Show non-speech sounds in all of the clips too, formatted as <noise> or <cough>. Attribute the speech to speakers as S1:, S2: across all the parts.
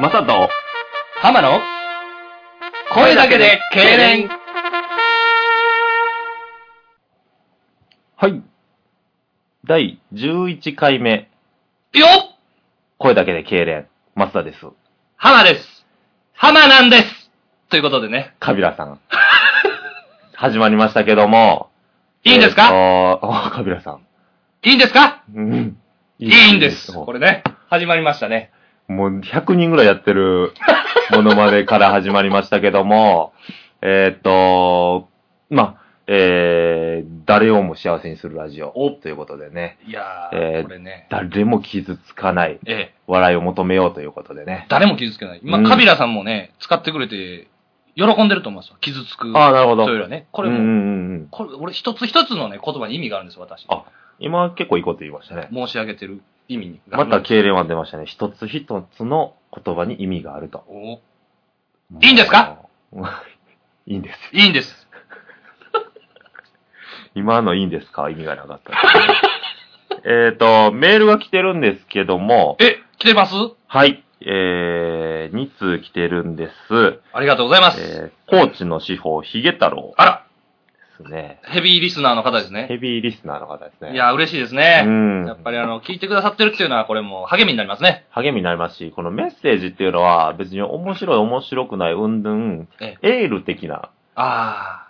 S1: マサと、
S2: 浜野声だけで痙攣
S1: はい。第11回目、
S2: よっ
S1: 声だけで痙攣、マサです。
S2: 浜です浜なんですということでね。
S1: カビラ
S2: <laughs>
S1: さん。始まりましたけども。
S2: いいんですか、
S1: えーとあー、カビラさん。
S2: いいんですか
S1: うんい
S2: いいんです。
S1: も
S2: これね、始まりましたね。
S1: うもう100人ぐらいやってるものまでから始まりましたけども、えっ、と、まあ、えー、誰をも幸せにするラジオということでね、
S2: いやー、
S1: えー
S2: これね。
S1: 誰も傷つかない
S2: ええ、
S1: 笑いを求めようということでね。
S2: 誰も傷つけない。今、
S1: うん
S2: カビラさんもね、使ってくれて、喜んでると思いますよ。傷つく。
S1: ああ、なるほど。
S2: そういうよりはね。これ
S1: うんう
S2: も、
S1: んうんうん
S2: これ、俺一つ一つのね、言葉に意味があるんです、私。
S1: あ今結構いいこと言いましたね。
S2: 申し上げてる意味に。
S1: また痙攣は出ましたね。一つ一つの言葉に意味があると。
S2: おいいんですか
S1: もう <laughs> いいんです。
S2: いいんです。
S1: 今のいいんですか意味がなかった <laughs> ですね、えっと、メールが来てるんですけども、
S2: え、来てます
S1: はい。えー、2通来てるんです。
S2: ありがとうございま
S1: え
S2: す。
S1: ー、高知の司法、ヒゲ太郎
S2: あら、
S1: ですね。
S2: ヘビーリスナーの方ですね。
S1: ヘビーリスナーの方ですね。
S2: いや、嬉しいです
S1: う
S2: ね。
S1: ん。
S2: やっぱりあの、聞いてくださってるっていうのは、これもう励みになりますね。
S1: 励みになりますし、このメッセージっていうのは別に面白い面白くないうんぬん
S2: え、
S1: エール的な
S2: ああ、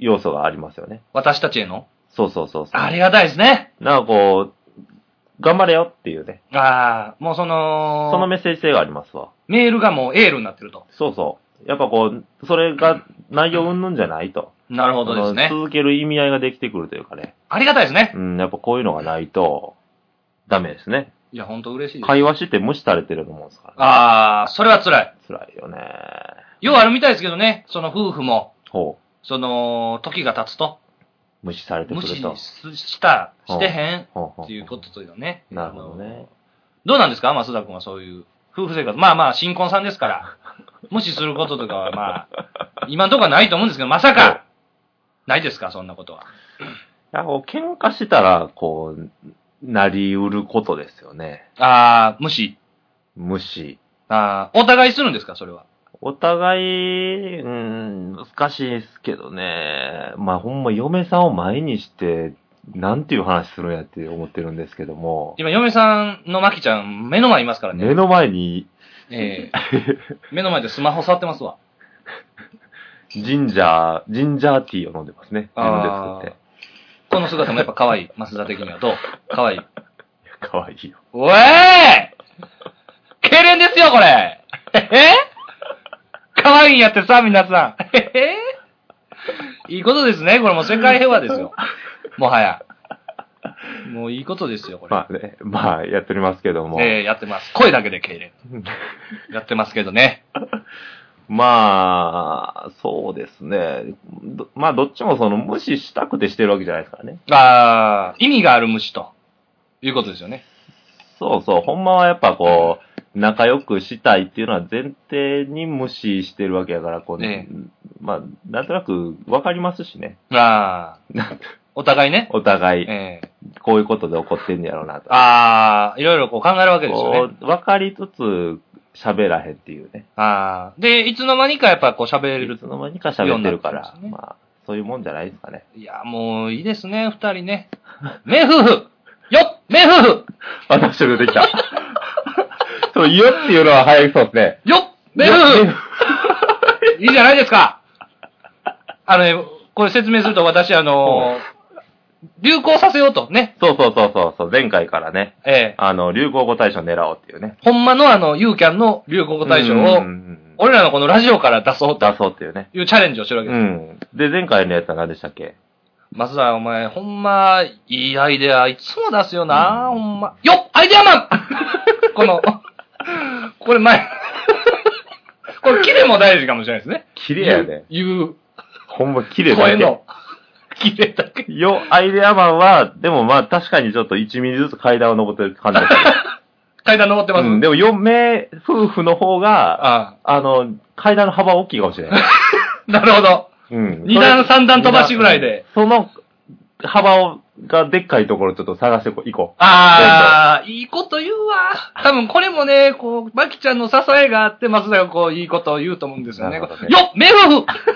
S1: 要素がありますよね。
S2: 私たちへの、
S1: そうそうそうそう。
S2: ありがたいですね。
S1: なんかこう、頑張れよっていうね。
S2: ああ、もうその、
S1: そのメッセージ性がありますわ。
S2: メールがもうエールになってると。
S1: そうそう。やっぱこう、それが内容うんぬんじゃないと。
S2: なるほどですね
S1: そ。の続ける意味合いができてくるというかね。
S2: ありがたいですね。
S1: うん、やっぱこういうのがないと、ダメですね。
S2: いや、ほんと嬉しいです。
S1: 会話して無視されてると思うんですからね。
S2: ああ、それは辛い。
S1: 辛いよね。
S2: ようあるみたいですけどね、その夫婦も、
S1: ほ
S2: その、時が経つと、
S1: う。無視されてく
S2: 無
S1: ると。
S2: 視しした、
S1: うん
S2: してへん、
S1: ほうほうほう
S2: っていうことというのはね。
S1: なるほどね。
S2: どうなんですか増田君はそういう夫婦生活。まあまあ、新婚さんですから、無視することとかはまあ、今のところはないと思うんですけど、まさか、ないですかそんなことは。
S1: いや、こう喧嘩したら、こう、なりうることですよね。
S2: ああ、無視。
S1: 無視。
S2: ああ、お互いするんですかそれは。
S1: お互い、うん、難しいですけどね。まあ、ほんま嫁さんを前にして、なんていう話するんやって思ってるんですけども、
S2: 今、嫁さんのまきちゃん、目の前いますからね。
S1: 目の前に
S2: ええ目の前でスマホ触ってますわ。
S1: ジンジャー、ジンジャーティーを飲んでますね。自分で
S2: あー
S1: 作って。
S2: この姿もやっぱ可愛い。増田的にはどう可愛い。
S1: かわいいよ。
S2: おえーけれんですよ、これえへかわいいんやってさ、皆さん。えへいいことですね。これもう世界平和ですよ。もはや。もういいことですよ、これ。
S1: まあね、まあ、やっておりますけども。
S2: えーやってます。声だけでけいれん。やってますけどね。
S1: まあ、そうですね。どまあ、どっちもその、無視したくてしてるわけじゃないですからね。
S2: あー意味がある虫と。いうことですよね。
S1: そうそう、ほんまはやっぱこう、仲良くしたいっていうのは前提に無視してるわけやから、こう、
S2: え
S1: ね、まあ、なんとなくわかりますしね。
S2: あーお互いね。
S1: お互い、
S2: えー
S1: こういうことで怒ってんやろうなと。
S2: あーいろいろこう考えるわけですよね。
S1: こう、わかりつつ喋らへんっていうね。
S2: あーで、いつの間にかやっぱこう喋れ
S1: い
S2: る
S1: つの間にか喋ってるか
S2: よ
S1: ら、
S2: うになってますね
S1: まあ、そういうもんじゃないですかね。
S2: いや、もういいですね、二人ね。名夫婦よっ名夫婦
S1: あ、出してきた。そう、いいよっていうのは早いそうですね。
S2: よっ名夫婦いいじゃないですかあのね、これ説明すると私、あの、流行させようと、ね。
S1: そうそうそうそうそう、前回からね、
S2: ええ
S1: あの、流行語大賞狙おうっていうね。
S2: ほんまのあの、ユーキャンの流行語大賞
S1: うんう
S2: を
S1: ん、うん
S2: 俺らのこのラジオから出そうと
S1: 出そうっていうね。
S2: いうチャレンジをしてるわけ
S1: う
S2: です。
S1: ん。で、前回のやつは何でしたっけ
S2: 松田、お前、ほんま、いいアイデア、いつも出すよな、
S1: うん
S2: ほんま。よっアイデアマンこの、これ前、これ、キレも大事かもしれないですね。
S1: 綺麗やね。
S2: 言う、
S1: ほんま綺麗だ
S2: 声
S1: け。
S2: の、 <laughs> キレだけ。
S1: よ、アイデアマンは、でもまあ確かにちょっと1ミリずつ階段を登ってる感じだ
S2: <laughs>
S1: った。
S2: 階段登ってます。
S1: うん、でも嫁夫婦の方が、あ
S2: あ
S1: の、階段の幅
S2: <laughs>
S1: 大きいかもしれない。
S2: あ、なるほど。
S1: うん。
S2: 二段
S1: それ
S2: 三段飛ばしぐらいで。
S1: その、幅を、がでっかいところちょっと探してこ行こ
S2: あー、いいこと言うわ。多分これもね、こう、マキちゃんの支えがあって、松田がこう、いいことを言うと思うんですよね。
S1: な
S2: よ
S1: る
S2: っ
S1: ほどね、
S2: 名夫
S1: <laughs>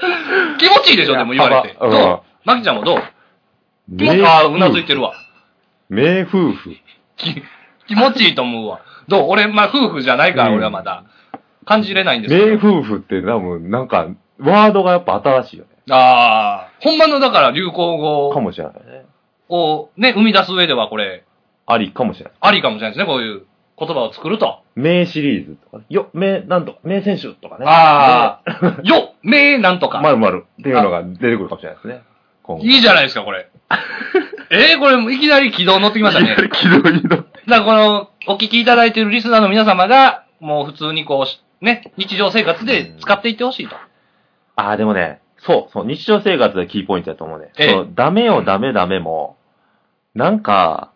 S2: 婦気持ちいいでしょ、でも言われて。
S1: いやパパうん
S2: どうマキちゃんもどう
S1: う。
S2: 気持ち、あー、うなずいてるわ。
S1: 名夫婦。
S2: き気持ちいいと思うわ。どう俺、まあ、夫婦じゃないから、
S1: うん
S2: 俺はまだ。感じれないんです
S1: 名
S2: けど。
S1: 夫婦って多分、なんか、ワードがやっぱ新しいよね。
S2: あー、ほんまのだから流行語
S1: かもしれないね。
S2: をね、生み出す上ではこれ、
S1: ありかもしれない。
S2: ありかもしれないですね、こういう言葉を作ると。
S1: 名シリーズとかね。よ、名、なんとか、名選手とかね。
S2: ああ、よ、名なんとか。
S1: まるまるっていうのが出てくるかもしれないですね。今後。
S2: いいじゃないですか、
S1: <laughs>
S2: これ。えー、これ、もういきなり軌道乗ってきましたね。だか
S1: 軌道に乗って。
S2: ら、この、お聞きいただいているリスナーの皆様が、もう普通にこうし、ね、日常生活で使っていってほしい
S1: <laughs>
S2: と。
S1: ああ、でもね、そう、そう、日常生活がキーポイントだと思うね。
S2: ええ
S1: そう、ダメよ、ダメダメも、なんか、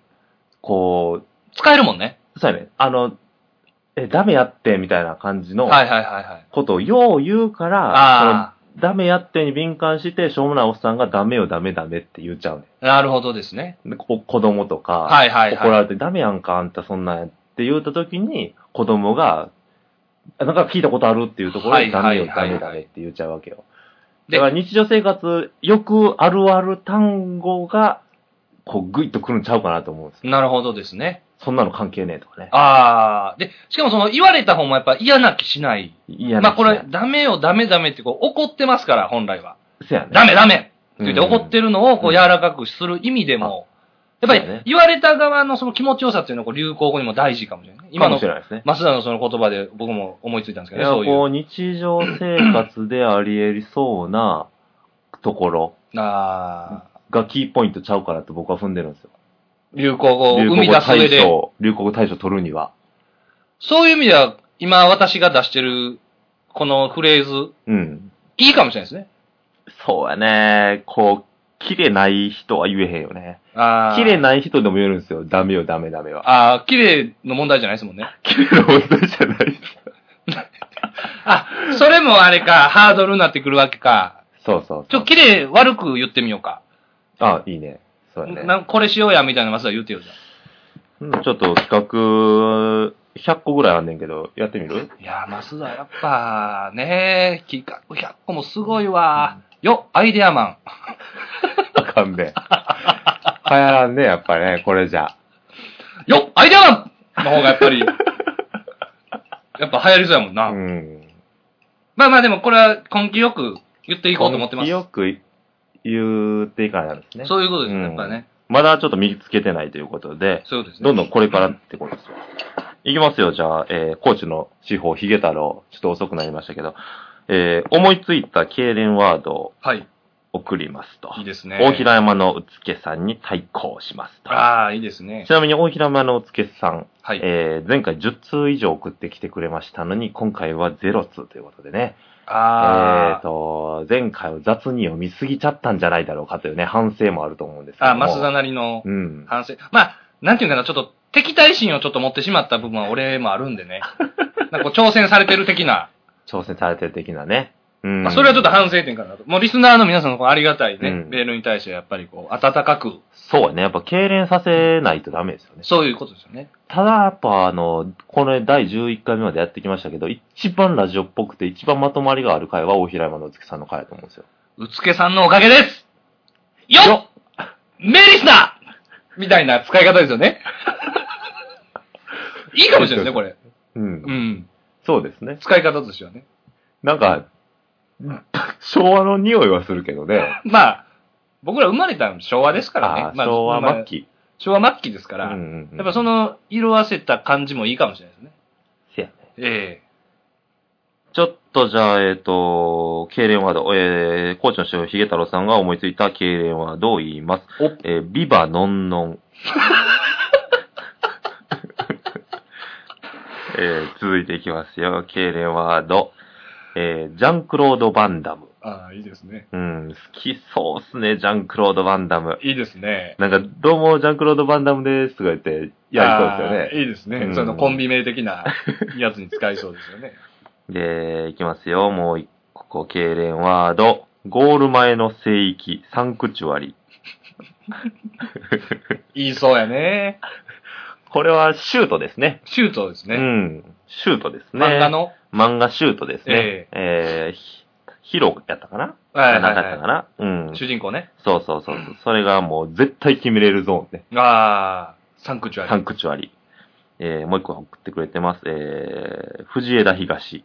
S1: こ
S2: 使えるもんね。
S1: う、そうやね、あの、え、ダメやって、みたいな感じの
S2: はいはいはいはい。
S1: ことをよう言うから、
S2: あ
S1: そのダメやってに敏感して、しょうもないおっさんがダメよ、ダメダメって言っちゃうね。
S2: あ、なるほどですね。
S1: でこ子供とか、
S2: はいはいはい
S1: 怒られて、ダメやんか、あんたそんなんやって言った時に、子供が、あなんか聞いたことあるっていうところ
S2: はい
S1: で、ダ
S2: は
S1: メ
S2: い
S1: よ、
S2: は
S1: ダ
S2: いはい
S1: メダメって言っちゃうわけよ。
S2: で
S1: だから日常生活、よくあるある単語が、こう、ぐいっとくるんちゃうかなと思うんですよ
S2: なるほどですね。
S1: そんなの関係ねえとかね。
S2: ああ、で、しかもその、言われた方もやっぱ嫌な気しない。
S1: いや
S2: まあこれ、ダメよ、ダメダメってこう、怒ってますから、本来は。
S1: せやね。
S2: ダメダメって言って怒ってるのをこう
S1: うん
S2: 柔らかくする意味でも、
S1: あ
S2: やっぱ
S1: そうだ
S2: り
S1: ね
S2: 言われた側のその気持ちよさっていうのはこう流行語にも大事かもしれない。今
S1: か
S2: の
S1: もしれないですね。
S2: 増田のその言葉で僕も思いついたんですけ
S1: い
S2: どね、
S1: や、
S2: そう
S1: こ、
S2: いう
S1: 日常生活であり得りそうなところ
S2: う。ああ。
S1: がキーポイントちゃうかなと僕は踏んでるんですよ。
S2: 流行語を
S1: 流
S2: 生
S1: 行
S2: み
S1: 語
S2: 出す上
S1: 大
S2: で。
S1: 賞、流行語大賞取るには。
S2: そういう意味では、今私が出してるこのフレーズ、
S1: うん。
S2: いいかもしれないですね。
S1: そうやね。こう、キレない人は言えへんよね。
S2: ああ。
S1: キレ
S2: な。
S1: ない人でも言えるんですよ。ダメよ、ダメダメは。
S2: ああ、綺麗の問題じゃないですもんね。
S1: キレの問題じゃないです。
S2: あ、それもあれか、ハードルになってくるわけか。
S1: そうそう
S2: ち
S1: そう
S2: ょ、綺麗悪く言ってみようか。
S1: あ、いいね。そうやね。
S2: なこれしようや、みたいなマスは言ってよ、じゃあ
S1: うんちょっと企画、100個ぐらいあんねんけど、やってみ <laughs> る
S2: いやー、マスダ、やっぱ、ね企画100個もすごいわ。よ、アイデアマ
S1: あかんね。流行らんね、やっぱね、これじゃ。
S2: ン。よ、アイデアマンの方がやっ
S1: <laughs>
S2: ぱり、やっぱ流行りそうやもんな。
S1: うん。
S2: まあまあでもこれは根気よく言っていこうと思ってます。
S1: よく言っていかないですね。
S2: そういうことですね、
S1: う
S2: や
S1: ん
S2: っぱね。
S1: まだちょっと見つけてないということで、
S2: そういうことですね。
S1: どんどんこれからってことですよ。いきますよ、じゃあ、えー、高知の司法、ヒゲ太郎。ちょっと遅くなりましたけど、えー、思いついた痙攣ワードを
S2: はい。
S1: 送りますと。
S2: いいですね。
S1: 大平山のうつけさんに対抗しますと。
S2: ああ、いいですね
S1: ち。なみに大平山のうつけさん、
S2: はい。
S1: えー、前回10通以上送ってきてくれましたのに、今回は0通ということでね、えー
S2: あー、
S1: と、前回を雑に読みすぎちゃったんじゃないだろうかというね、反省もあると思うんですけど
S2: あー、
S1: も。
S2: マスダなりの
S1: うん。
S2: 反省。まあ、なんていうかな、ちょっと敵対心をちょっと持ってしまった部
S1: <laughs>
S2: 分は俺もあるんでね。なんかこう挑戦されてる的な。
S1: 挑戦されてる的なね。う
S2: ま
S1: ん。
S2: あ、それはちょっと反省点かなと。もうリスナーの皆さんのこうありがたいね、
S1: うん
S2: メールに対してやっぱりこう、温かく、
S1: そうやね。やっぱ、痙攣させないとダメですよね。
S2: そういうことですよね。
S1: ただ、やっぱ、あの、この第11回目までやってきましたけど、一番ラジオっぽくて、一番まとまりがある回は、大平山の月さんの回だと思うんですよ。
S2: うつけさんのおかげですよ
S1: よ
S2: メリスナーみたいな使い方です
S1: <laughs>
S2: よね。いいかもしれないですね、これ。
S1: うん。
S2: うん。
S1: そうですね。
S2: 使い方としてはね。
S1: なんか、昭和の匂いはするけどね。
S2: まあ、僕ら生まれたの昭和ですからね。
S1: あー
S2: まあ、
S1: 昭
S2: まあ
S1: 和末期。
S2: 昭和末期ですから、
S1: ん
S2: やっぱそ、の色あせた感じもいいかもしれないですね。
S1: せやね。
S2: え
S1: ちょっとじゃあ、えっ、と、痙攣ワード、えー、コーチの師匠、ヒゲ太郎さんが思いついた痙攣ワードを言います。
S2: お
S1: えー、ビバノン
S2: <laughs>
S1: ノン。 <laughs> えー、続いていきますよ。痙攣ワード。えー、ジャンクロード・バンダム。
S2: えああ、いいですね。
S1: うん、好きそうっすね、ジャンクロード・バンダム。
S2: いいですね。
S1: なんか、どうも、ジャンクロード・バンダムですとか言って、やりそうですよ
S2: あー
S1: ね。
S2: いいですね。
S1: うん
S2: そのコンビ名
S1: <laughs>
S2: 的なやつに使いそうですよね。
S1: で、いきますよ。もう一個、痙攣ワード。ゴール前の聖域、サンクチュアリ。
S2: 言いそうやね。
S1: これはシュートですね。
S2: シュートです
S1: う
S2: ね。
S1: ん。シュートですね。
S2: 漫画。の。
S1: 漫画シュートですね。えー、ひヒロやったかな
S2: はいは
S1: ないか
S2: は
S1: った
S2: い
S1: かなうん。
S2: 主人公ね。
S1: そうそうそうそう。それがもう絶対決めれるゾーンね。
S2: ああ、サンクチュ
S1: サ
S2: ア
S1: ン
S2: リ。
S1: クチュアリ。えー、もう一個送ってくれてます。えー、藤枝東。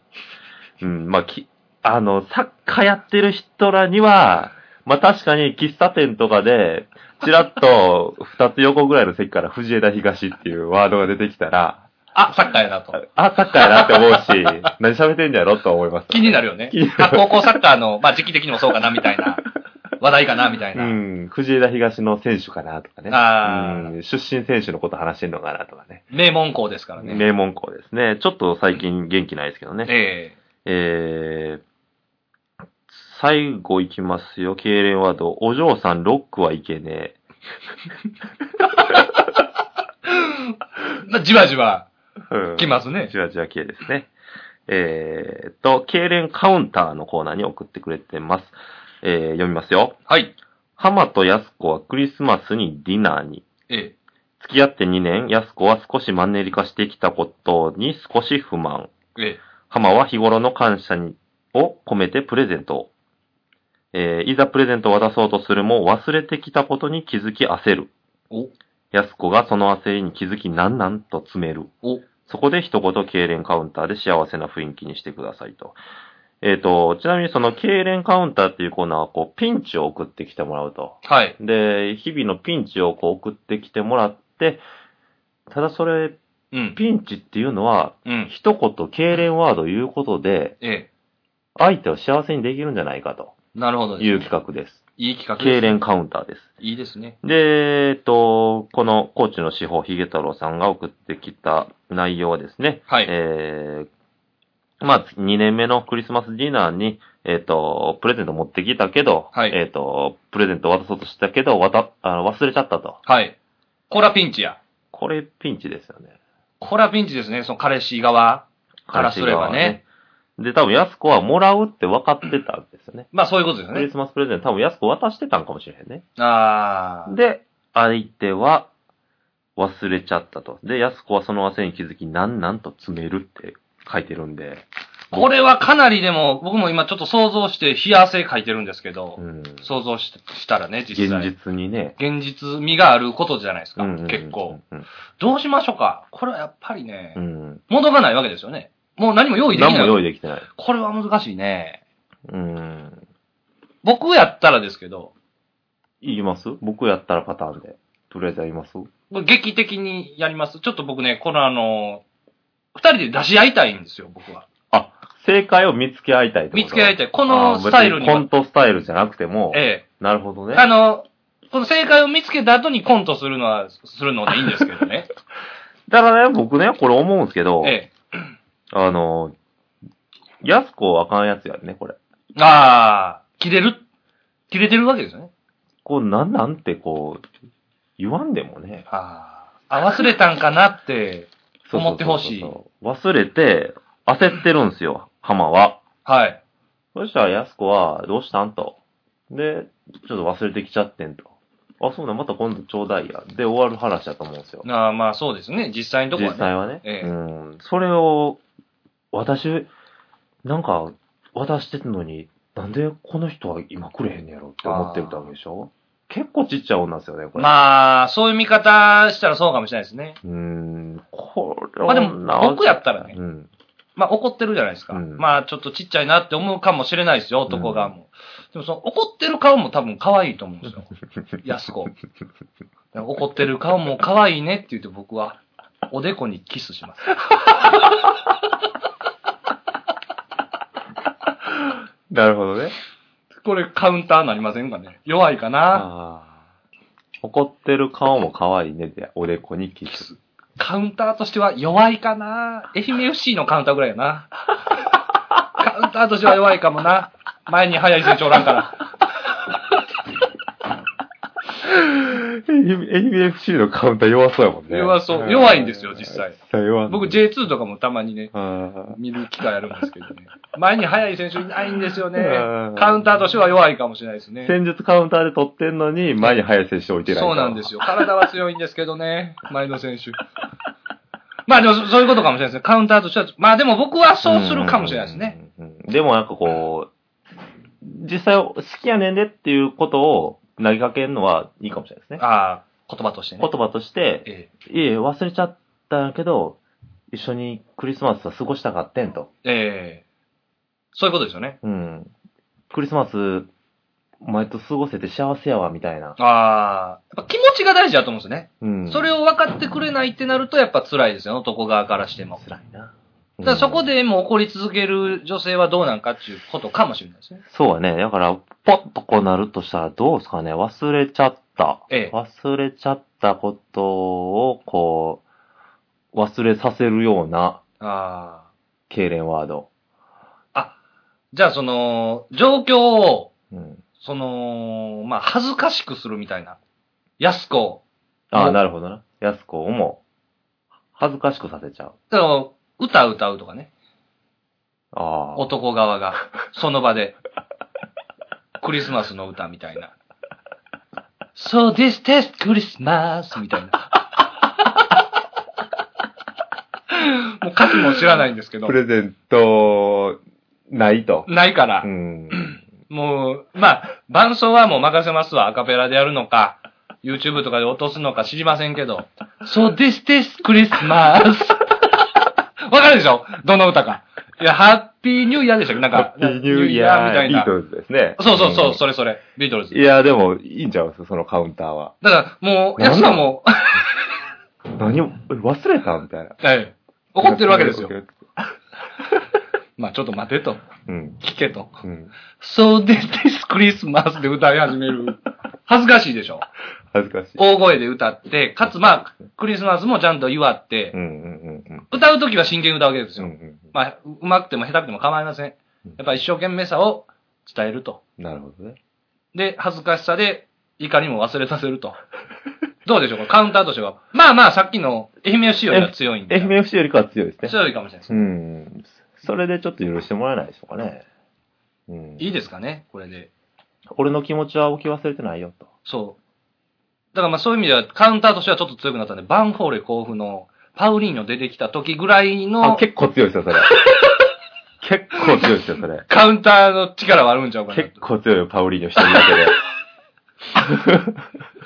S1: うん、まあ、き、あの、サッカーやってる人らには、まあ、確かに喫茶店とかで、ちらっと二つ横ぐらいの席から藤枝東っていうワードが出てきたら、
S2: あ、サッカーやなと。
S1: あ、サッカーやなって思う
S2: <laughs>
S1: し、何喋ってんだろと思います。
S2: 気になるよね
S1: 気にな。る
S2: あ、高校サッカーの、まあ時期的にもそうかな、みた
S1: <laughs>
S2: いな。話題かな、みたいうな。
S1: ん、藤枝東の選手かなとかね。
S2: あー
S1: うん出身選手のこと話してんのかなとかね。
S2: 名門校ですからね。
S1: 名門校ですね。ちょっと最近元気ないですけどね。
S2: ええ。
S1: えー最後いきますよ。敬礼ワード。お嬢さん、ロックはいけね
S2: まあじわじわ
S1: え。うん
S2: 来ますね
S1: じ。わじわ系ですね。えーっと、敬礼カウンターのコーナーに送ってくれてます。えー読みますよ。
S2: はい。
S1: 浜と安子はクリスマスにディナーに。
S2: ええ。
S1: 付き合って2年、安子は少しマンネリ化してきたことに少し不満。
S2: ええ。
S1: 浜は日頃の感謝にを込めてプレゼントを。えーいざプレゼントを渡そうとするも忘れてきたことに気づき焦る。
S2: お、
S1: 安子がその焦りに気づきなんなんと詰める。
S2: お、
S1: そこで一言痙攣カウンターで幸せな雰囲気にしてくださいと。えっ、と、ちなみにその痙攣カウンターっていうコーナーはこうピンチを送ってきてもらうと。
S2: はい。
S1: で、日々のピンチをこう送ってきてもらって、ただそれ、
S2: うん。
S1: ピンチっていうのは、
S2: うん。
S1: 一言痙攣ワードを言うことで、
S2: ええ。
S1: 相手を幸せにできるんじゃないかと
S2: なるほどです
S1: い
S2: ね、
S1: う企画です。
S2: いい企画
S1: 痙
S2: です。
S1: 攣カウンターです。
S2: いいですね。
S1: で、えっと、この高知の司法、ヒゲ太郎さんが送ってきた内容はですね、
S2: はい。
S1: えー、まあ、2年目のクリスマスディナーに、えっ、と、プレゼント持ってきたけど、
S2: はい
S1: えっ、と、プレゼント渡そうとしたけど、わた、あの忘れちゃったと。
S2: はい。こらピンチや。
S1: これ、ピンチですよね。
S2: こらピンチですね、その彼氏側からすればね。
S1: で、多分、安子はもらうって分かってたんですよね。
S2: まあそういうことですよ
S1: クリ
S2: ね。
S1: スマスプレゼント、多分安子渡してたんかもしれへんね。
S2: ああ。
S1: で、相手は忘れちゃったと。で、安子はその焦りに気づき、なんなんと詰めるって書いてるんで。
S2: これはかなりでも、僕も今ちょっと想像して冷や汗かいてるんですけど、
S1: うん、
S2: 想像ししたらね、実
S1: 現
S2: 際。
S1: 実にね。
S2: 現実味があることじゃないですか、
S1: うんうんうん
S2: 結構。。
S1: うん
S2: どうしましょうかこれはやっぱりね、
S1: うん。
S2: 戻らないわけですよね。もう何も用意でき
S1: 何
S2: な
S1: も
S2: い。
S1: 用意できてない。
S2: これは難しいね。
S1: うん。
S2: 僕やったらですけど、
S1: いきます僕やったらパターンで。とりあえずやります
S2: 劇的にやります。ちょっと僕ね、このあの、二人で出し合いたいんですよ、僕は。
S1: あ、正解を見つけ合いたいってこと
S2: 見つけ合いた
S1: い。
S2: い。このスタイルに
S1: あー
S2: は。
S1: 別コントスタイルじゃなくても、
S2: え
S1: なるほど
S2: え。
S1: ね。
S2: あの、この正解を見つけた後にコントするのは、するのでいいんですけどね。
S1: <laughs> だからね、僕ね、これ思うんですけど、
S2: ええ。
S1: あの、安子あかんやつやね、これ。
S2: ああ、切れる切れてるわけですよね。
S1: こう、なんなんてこう、言わんでもね。
S2: ああ。あ、忘れたんかなっ
S1: そうそうそ
S2: て。
S1: うそう
S2: 思ってほしい
S1: 忘れて、焦ってるんですよ、浜は。
S2: はい。
S1: そしたら安子は、どうしたんと。で、ちょっと忘れてきちゃってんと。あ、そうだ、また今度ちょうだいや。で、終わる話だと思うんですよ。
S2: ああ、まあそうですね。実際のとこ
S1: 実
S2: はね。
S1: 際はね。
S2: ええ
S1: うん。それを、私、なんか、渡してたのに、なんでこの人は今くれへんねやろって思ってるわけでしょ結構ちっちゃい女ですよね、これ。
S2: まあ、そういう見方したらそうかもしれないですね。
S1: うーん、これ
S2: まあでも、僕やったらね
S1: う、ん。
S2: まあ怒ってるじゃないですか。
S1: うん
S2: まあちょっとちっちゃいなって思うかもしれないですよ、男側も。でもその怒ってる顔も多分可愛いと思うんで
S1: <laughs>
S2: すよ。安子。怒ってる顔も可愛いねって言って僕は、おでこにキスします。
S1: なるほどね。
S2: これカウンターなりませんかね弱いかな
S1: あー怒ってる顔も可愛いねで、おでこにキス。
S2: カウンターとしては弱いかな愛媛 FC のカウンターぐらい
S1: <laughs>
S2: やな。カウンターとしては弱いかもな。前に早い成長おらんから。
S1: い NBFC のカウンター弱そうやもんね。
S2: 弱そうん弱いんですよ実際。
S1: 実際弱い。
S2: 僕 J2 とかもたまにね、
S1: うん、
S2: 見る機会あるんですけどね。前に速い選手いないんですよね
S1: うん。
S2: カウンターとしては弱いかもしれないですね。
S1: 戦術カウンターで取ってんのに、前に速い選手置いてない
S2: そうなんですよ。体は強いんですけど
S1: <laughs>
S2: ね、前の選手。まあでもそそういうことかもしれないですね。カウンターとしては。まあでも僕はそうするかもしれないですね。
S1: うんうんうんうん。でもなんかこう、実際好きやねんでっていうことを投げかけるのはいいかもしれないですね。
S2: ああ、言葉としてね
S1: 言。葉として、
S2: え
S1: いえ、忘れちゃったんやけど、一緒にクリスマスは過ごしたかってんと。
S2: えええそういうことですよね。
S1: うん。クリスマス、お前と過ごせて幸せやわ、みたいな。
S2: ああ、やっぱ気持ちが大事だと思うんですよね。
S1: うん。
S2: それ
S1: を、
S2: を分かってくれないってなるとやっぱ辛いですよ、男側からしても。
S1: 辛いな。
S2: だからそこ
S1: で、
S2: でもう怒り続ける女性はどうなんかっていうことかもしれないですね。
S1: そうやね。だから、ポッとこうなるとしたらどうですかね。忘れちゃった。
S2: ええ
S1: 忘れちゃったことを、こう、忘れさせるような、
S2: ああ。
S1: 痙攣ワード。
S2: じゃあその、状況を
S1: うん。
S2: その、まあ、恥ずかしくするみたいな。安子を。
S1: あ
S2: も
S1: あ、
S2: う
S1: なるほどな。安子をも、恥ずかしくさせちゃう。
S2: だから歌歌うとかね。
S1: ああ。
S2: 男側が。その場で。クリスマスの歌みたいな。So this test Christmas みたい
S1: <laughs>
S2: な。もう歌詞も知らないんですけど
S1: プ。レゼント、ないと。
S2: ないから
S1: う。ん。
S2: もう、まあ、伴奏はもう任せますわ。アカペラでやるのか、YouTube とかで落とすのか知りませんけど。So this is Christmas. <laughs> わかるでしょどの歌か。いや、ハッピーニューイヤーでしたっけなん
S1: ハ
S2: か、
S1: ッピーニューイヤー
S2: みたい
S1: ビー
S2: な
S1: ト。ルズですね。
S2: そうそうそう、
S1: ん
S2: それそれ。ビートルズ。
S1: いや、でも、いいんちゃうそのカウンターは。
S2: だから、もう、
S1: なん
S2: や
S1: だ
S2: つはも <laughs> う、
S1: 何を、え忘れたみたいな。
S2: はい怒ってるわけですよ
S1: 怒。ってる
S2: まあ、ちょっと待てと。
S1: うん。
S2: 聞けと。
S1: うん。
S2: So this is Christmas で歌い始める。恥ずかしいでしょ
S1: 恥ずかしい。
S2: 大声で歌って、かつまあ、クリスマスもちゃんと祝って
S1: う、んうんうんうん。
S2: 歌うときは真剣に歌うわけです
S1: うんう
S2: よ。
S1: ん
S2: まあ、うまくても下手くても構いません。やっぱ一生懸命さを伝えると。
S1: うん。なるほどね。
S2: で、恥ずかしさで怒りも忘れさせると。どうでしょうかカウンターとしては。まあまあ、さっきの愛媛 FC よりは強いんで。
S1: 愛媛 FC よりかは強いですね。
S2: 強いかもしれないです。
S1: うん。それでちょっと許してもらえないでしょうかね。うん。
S2: いいですかねこれで。
S1: 俺の気持ちは置き忘れてないよと。
S2: そう。だからまあそういう意味では、カウンターとしてはちょっと強くなったんで、バンフォーレ甲府のパウリーニョ出てきた時ぐらい
S1: あ、
S2: の
S1: 結構強いです
S2: <laughs>
S1: よ、それ。結構強いですよ、それ。
S2: カウンターの力はあるんちゃうかな
S1: 結構強いよ、パウリーニョ一人だ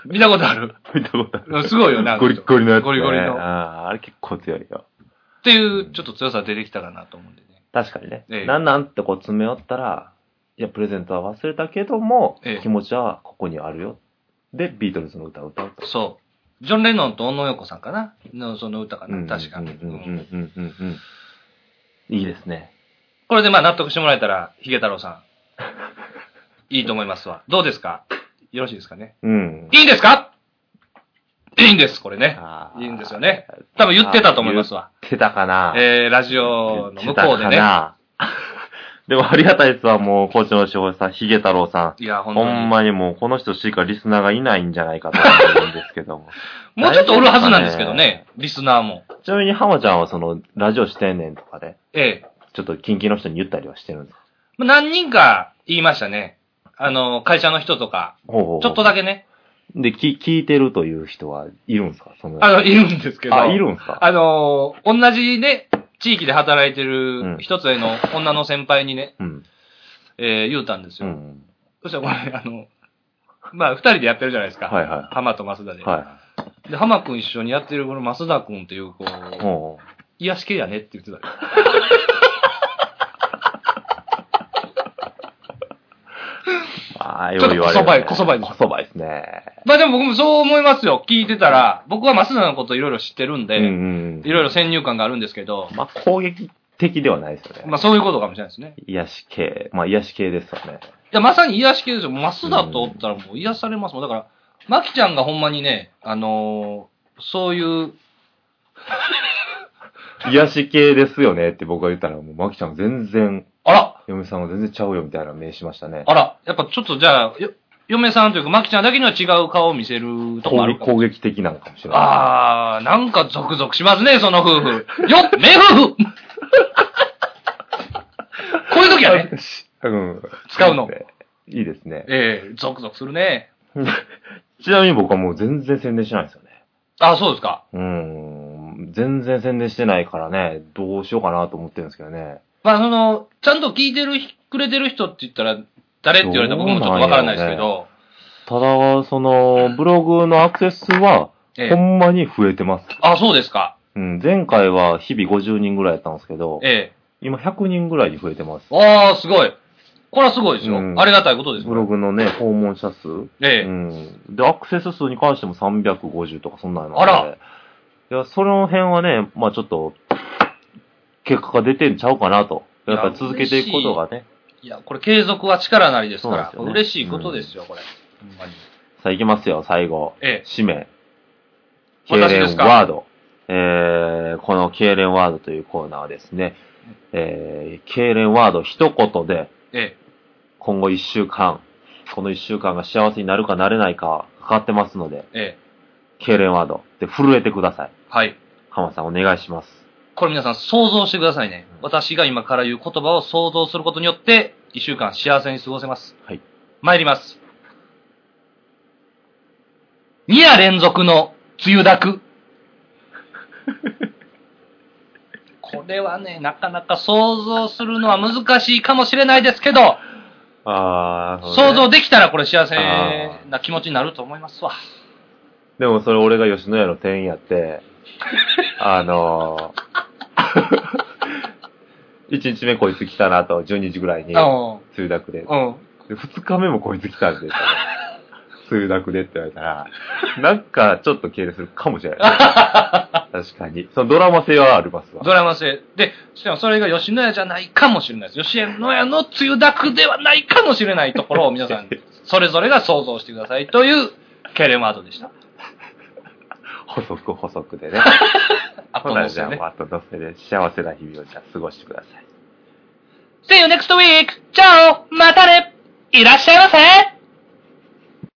S2: 見たこと
S1: <laughs>
S2: ある。
S1: けで。見たことある
S2: すごいよね。あの人
S1: ゴリッゴリのやつ、ね。
S2: ゴリゴリの。
S1: あーあれ結構強いよ。
S2: っていう、ちょっと強さ出てきたかなと思うんでね。
S1: 確かにね。
S2: ええ
S1: なんなんってこう詰め寄ったら、いや、プレゼントは忘れたけども、
S2: ええ
S1: 気持ちはここにあるよ。で、ビートルズの歌を歌うと。
S2: そう。ジョン・レノンと小野洋子さんかなの、その歌かな。確か。
S1: うんうんう
S2: うん
S1: んうんうんうんうん。いいですね。
S2: これでまあ納得してもらえたら、ヒゲ太郎
S1: <laughs>
S2: さん。いいと思いますわ。どうですかよろしいですかね。
S1: うん。
S2: いいんですかいいんです、これね。
S1: あー
S2: いいんですよね。多分言ってたと思いますわ。
S1: 言ってたかな。
S2: えー、ラジオの
S1: 言
S2: 向
S1: ってた
S2: こ
S1: か
S2: うでね。
S1: な。でもありがたいですわ、もう、コーチの志保さん、ヒゲ太郎さん。
S2: いや、本当
S1: ほ
S2: に。
S1: んまにもう、この人しかリスナーがいないんじゃないかと思うんですけども。
S2: もうちょっとおるはずなんですけどね、リスナーも。
S1: ちなみに、浜ちゃんはその、ラジオしてんねんとかで、
S2: ええ。
S1: ちょっと近畿の人に言ったりはしてるんですか
S2: まあ何人か言いましたね。あの、会社の人とか、
S1: ほうほうほう
S2: ちょっとだけね。
S1: で、き、聞いてるという人はいるんですかその、
S2: あの、いるんですけど。
S1: あいるんですか
S2: あのー、同じね、地域で働いてる
S1: うん
S2: 一つ上の女の先輩にね、
S1: うん。
S2: えー言うたんです
S1: う
S2: よ。
S1: ん。
S2: そしたらこれ、あの、まあ、二人でやってるじゃないですか。
S1: はいは
S2: 浜と増田
S1: い。
S2: で。
S1: は
S2: で、浜くん一緒にやってるこの増田くんっていう子、
S1: い。ほう
S2: 癒し系やねって言ってた。
S1: ああ、
S2: ちょっと
S1: よう言われるね。
S2: こそばいこそばいです
S1: こそばいですね。
S2: まあでも僕もそう思いますよ。聞いてたら、僕は増田のこといろいろ知ってるんで、
S1: うんうん。
S2: いろいろ先入観があるんですけど、
S1: まあ、攻撃的ではないですよね。
S2: まあそういうことかもしれないですね。
S1: 癒し系。まあ、癒し系ですよね。
S2: いや、まさに癒し系ですよ。増田とおったらもう癒されますもん。だから、まきちゃんがほんまにね、あのーそういう、
S1: 癒し系ですよねって僕が言ったら、もう、まきちゃん全然、
S2: あら
S1: 嫁さんは全然ちゃうよみたいな目しましたね。
S2: あらやっぱちょっとじゃあ、よ嫁さんというか、マキちゃんだけには違う顔を見せるとこ
S1: 攻
S2: ある
S1: 撃
S2: かも
S1: 攻撃的なのかもしれない。
S2: あー、なんかゾクゾクしますね、その夫婦。よっ、名夫婦 <laughs> こういう時は
S1: <laughs>
S2: ね、
S1: うん。
S2: 使うの。
S1: <laughs> いいですね。
S2: ええゾクゾクするね。
S1: ちなみに僕はもう全然宣伝しないんですよね。
S2: あ、そうですか。
S1: うん。全然宣伝してないからね、どうしようかなと思ってるんですけどね。
S2: まあ、その、ちゃんと聞いてるひ、くれてる人って言ったら、誰って言われたら僕もちょっとわからないですけど、
S1: ただ、その、ブログのアクセス数は、
S2: え
S1: ほ
S2: え
S1: んまに増えてます。
S2: あ、そうですか。
S1: うん。前回は日々50人ぐらいやったんですけど、
S2: ええ
S1: 今100人ぐらいに増えてます。
S2: ああ、すごい。これはすごいですよ。
S1: うん
S2: ありがたいことですよ。
S1: ブログのね、訪問者数。
S2: ええ
S1: うん。で、アクセス数に関しても350とかそんなんやなので。
S2: あら
S1: いや、その辺はね、まあちょっと、結果が出てんちゃうかなと。やっぱり続けていくことがね。
S2: いや、これ継続は力なりですから、
S1: そうなんで
S2: 嬉
S1: す
S2: し
S1: よね
S2: いことですよ、これ。ほんまに
S1: さあ行きますよ、最後。
S2: ええ
S1: 締め。痙
S2: 私です
S1: 攣
S2: か
S1: ワード。えー、この痙攣ワードというコーナーはですね、えー、痙攣ワード一言で、
S2: え
S1: 今後一週間、この一週間が幸せになるかなれないかかかってますので、
S2: え、え
S1: 痙攣ワードで震えてください
S2: え。。はい。
S1: 浜田さんお願いします。
S2: これ皆さん想像してくださいね
S1: う。ん
S2: 私が今から言う言葉を想像することによって、一週間幸せに過ごせます。
S1: はい。
S2: 参ります。2夜連続の梅雨
S1: <laughs>
S2: だく。これはね、なかなか想像するのは難しいかもしれないですけど、
S1: ああ、
S2: 想像できたらこれ幸せ
S1: あ
S2: な気持ちになると思いますわ。
S1: でもそれ俺が吉野家の店員や
S2: <laughs>
S1: って、あのー、1日目 <laughs> こいつ来たなと、12時ぐらいに、梅
S2: う
S1: 雨だくで。
S2: ん。うん。
S1: で、2日目もこいつ来たん
S2: <laughs>
S1: で、梅雨だくでって言われたら、なんかちょっと敬礼するかも
S2: <laughs>
S1: しれない。確かに。そのドラマ性はありますわ。
S2: ドラマ性。で、しかもそれが吉野家じゃないかもしれないです。吉野家の梅雨だくではないかもしれないところを
S1: <laughs>
S2: 皆さん、それぞれが想像してくださいという、ケレマードでした。
S1: 補足補足
S2: <laughs>
S1: でね。
S2: あ
S1: ほ
S2: と
S1: な
S2: で
S1: じ
S2: す
S1: ゃあ
S2: よ
S1: も
S2: ね
S1: う。後乗せで幸せな日々をじゃあ過ごしてください。
S2: See you next week! チャオまたねいらっしゃいませ